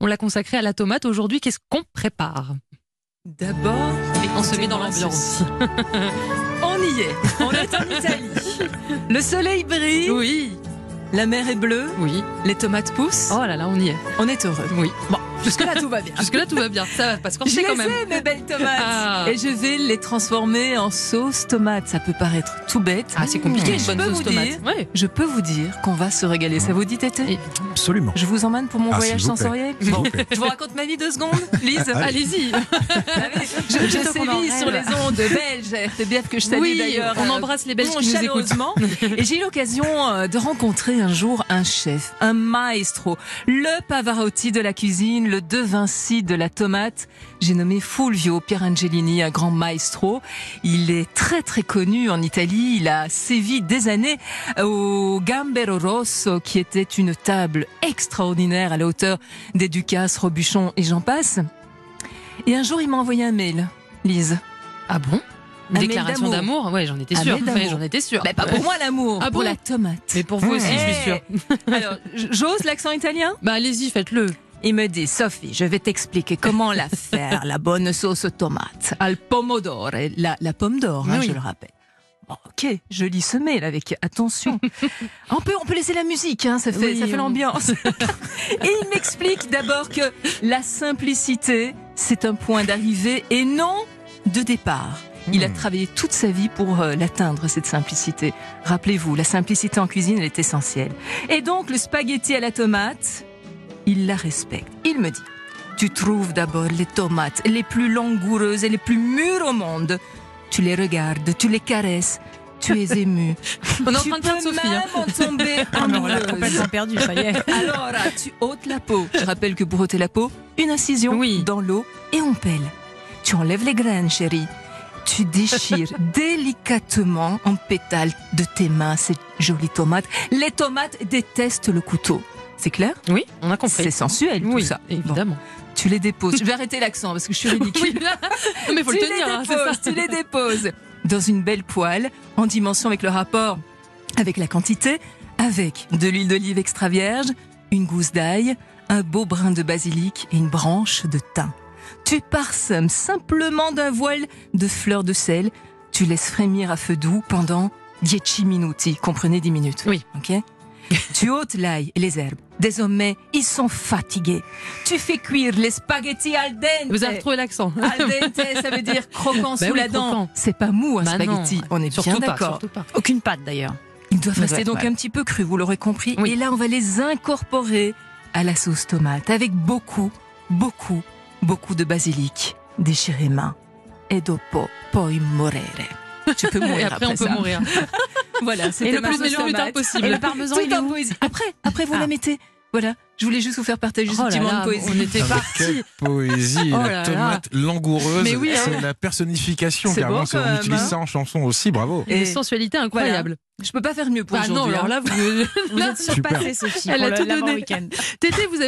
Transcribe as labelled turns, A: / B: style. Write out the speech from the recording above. A: On l'a consacré à la tomate. Aujourd'hui, qu'est-ce qu'on prépare
B: D'abord,
A: Et on se met dans l'ambiance.
B: on y est. On est en Italie. Le soleil brille,
A: Oui,
B: la mer est bleue,
A: oui.
B: les tomates poussent.
A: Oh là là, on y est.
B: On est heureux.
A: Oui. Bon,
B: Jusque-là, tout va bien.
A: jusque-là tout va bien. Ça va pas se
B: Je
A: corcher
B: les
A: quand même.
B: ai, mes belles tomates.
A: Ah.
B: Et je vais les transformer en sauce tomate. Ça peut paraître tout bête.
A: Ah, c'est compliqué,
B: Mais
A: une
B: Mmh. je
A: bonne
B: peux
A: sauce
B: vous
A: tomate.
B: dire-
A: Ouais.
B: Je peux vous dire qu'on va se régaler. Ça vous dit, Tété
A: Et-
C: Absolument.
B: Je vous emmène pour mon
C: Ah,
B: voyage
C: s'il vous plaît.
B: sensoriel
C: S'il vous plaît.
B: Je vous raconte ma vie deux secondes, Lise
A: Allez-y.
B: Je, je
A: Plutôt qu'on en
B: sévis sur les
A: rêve.
B: ondes belges, RTBF que je salue
A: oui,
B: d'ailleurs.
A: on
B: euh,
A: embrasse les Belges
B: bon,
A: qui nous écoutent.
B: chaleureusement. Et j'ai eu l'occasion euh, de rencontrer un jour un chef, un maestro, le Pavarotti de la cuisine, le De Vinci de la tomate. J'ai nommé Fulvio Pierangelini, un grand maestro. Il est très très connu en Italie. Il a sévi des années au Gambero Rosso, qui était une table extraordinaire à la hauteur des Ducasse, Robuchon et j'en passe. Et un jour, il m'a envoyé un mail, Lise.
A: Ah bon Une
B: Ah, mais
A: déclaration
B: d'amour.
A: d'amour Ouais, j'en étais
B: Ah,
A: sûre.
B: mais d'amour. Bah,
A: Ouais, j'en étais sûre.
B: Mais pas pour moi l'amour,
A: Ah
B: pour
A: bon
B: la tomate.
A: Mais pour vous aussi, je suis
B: Eh,
A: sûre.
B: Alors, j- j'ose l'accent italien
A: Bah allez-y, faites-le.
B: Il me dit, Sophie, je vais t'expliquer comment la faire, la bonne sauce tomate, al pomodoro, la, la pomme d'or, hein,
A: Oui.
B: je le rappelle. Bon, ok, je lis ce mail avec attention. on, peut, on peut laisser la musique, hein, ça fait,
A: Oui,
B: ça fait
A: on-
B: l'ambiance. Et il m'explique d'abord que la simplicité, c'est un point d'arrivée et non de départ. Il a
C: Hmm.
B: travaillé toute sa vie pour euh, l'atteindre, cette simplicité. Rappelez-vous, la simplicité en cuisine, elle est essentielle. Et donc, le spaghetti à la tomate, il la respecte. Il me dit, tu trouves d'abord les tomates les plus langoureuses et les plus mûres au monde. Tu les regardes, tu les caresses, tu es ému.
A: On est en
B: tu
A: train de
B: peux
A: perdre Sophie.
B: même
A: hein.
B: en tomber amoureuse.
D: perdu, ça y est.
B: Alors, tu ôtes la peau. Je rappelle que pour ôter la peau, une incision
A: Oui.
B: dans l'eau et on pèle. Tu enlèves les graines, chérie. Tu déchires délicatement en pétales de tes mains ces jolies tomates. Les tomates détestent le couteau. C'est clair
A: Oui, on a
B: C'est
A: compris.
B: sensuel tout
A: Oui,
B: ça.
A: évidemment.
B: Bon, tu les déposes. Je vais arrêter l'accent parce que je suis ridicule.
A: Oui, mais faut
B: tu
A: le tenir,
B: les
A: hein, c'est
B: déposes,
A: ça.
B: tu les déposes dans une belle poêle en dimension avec le rapport, avec la quantité, avec de l'huile d'olive extra vierge, une gousse d'ail, un beau brin de basilic et une branche de thym. Tu parsemes simplement d'un voile de fleurs de sel. Tu laisses frémir à feu doux pendant 10 minuti. Comprenez 10 minutes.
A: Oui.
B: Ok tu ôtes l'ail et les herbes. Désormais, ils sont fatigués. Tu fais cuire les spaghettis al dente.
A: Vous avez retrouvé l'accent.
B: Al dente, Ah, ça veut dire croquant
A: Bah
B: sous
A: oui,
B: la dent.
A: croquant.
B: C'est pas mou un
A: Bah non,
B: spaghetti. On est
A: surtout
B: bien
A: pas,
B: d'accord.
A: surtout pas.
D: Aucune pâte d'ailleurs.
B: Ils doivent
D: Ils
B: rester
D: doivent,
B: donc
D: ouais.
B: un petit peu crus, vous l'aurez compris.
A: Oui.
B: Et là, on va les incorporer à la sauce tomate avec beaucoup, beaucoup, beaucoup de basilic déchiré main. Et dopo poi morire. Tu peux mourir
A: Et après, on peut
B: ça.
A: mourir.
B: Voilà, c'était
A: Et le
B: ma
A: plus
B: sauce
A: mélange
B: tomate.
A: possible.
D: Et le parmesan,
B: Tout
D: il est
B: en
D: où
B: poésie. Après, après vous
D: Ah.
B: la mettez. Voilà, je voulais juste vous faire partager ce
A: Oh
B: petit
A: là
B: moment
A: là,
B: de poésie.
A: on était
C: Avec
A: parti.
C: quelle poésie,
A: Oh là là.
C: la tomate langoureuse,
A: Mais oui, hein.
C: c'est la personnification.
B: C'est
C: Carrément,
B: beau,
C: c'est-
B: quand
C: on
B: même,
C: utilise
B: hein.
C: ça en chanson aussi, bravo.
A: Une
B: Et-
A: sensualité incroyable.
B: Je peux pas faire mieux pour
A: Ah non,
B: aujourd'hui. hein.
A: alors là, vous,
D: Vous
A: là,
D: êtes surpassée, Sophie.
A: Elle
D: pour
A: a
D: le
A: tout
D: l'avant
A: donné.
D: week-end.
A: Tété, vous avez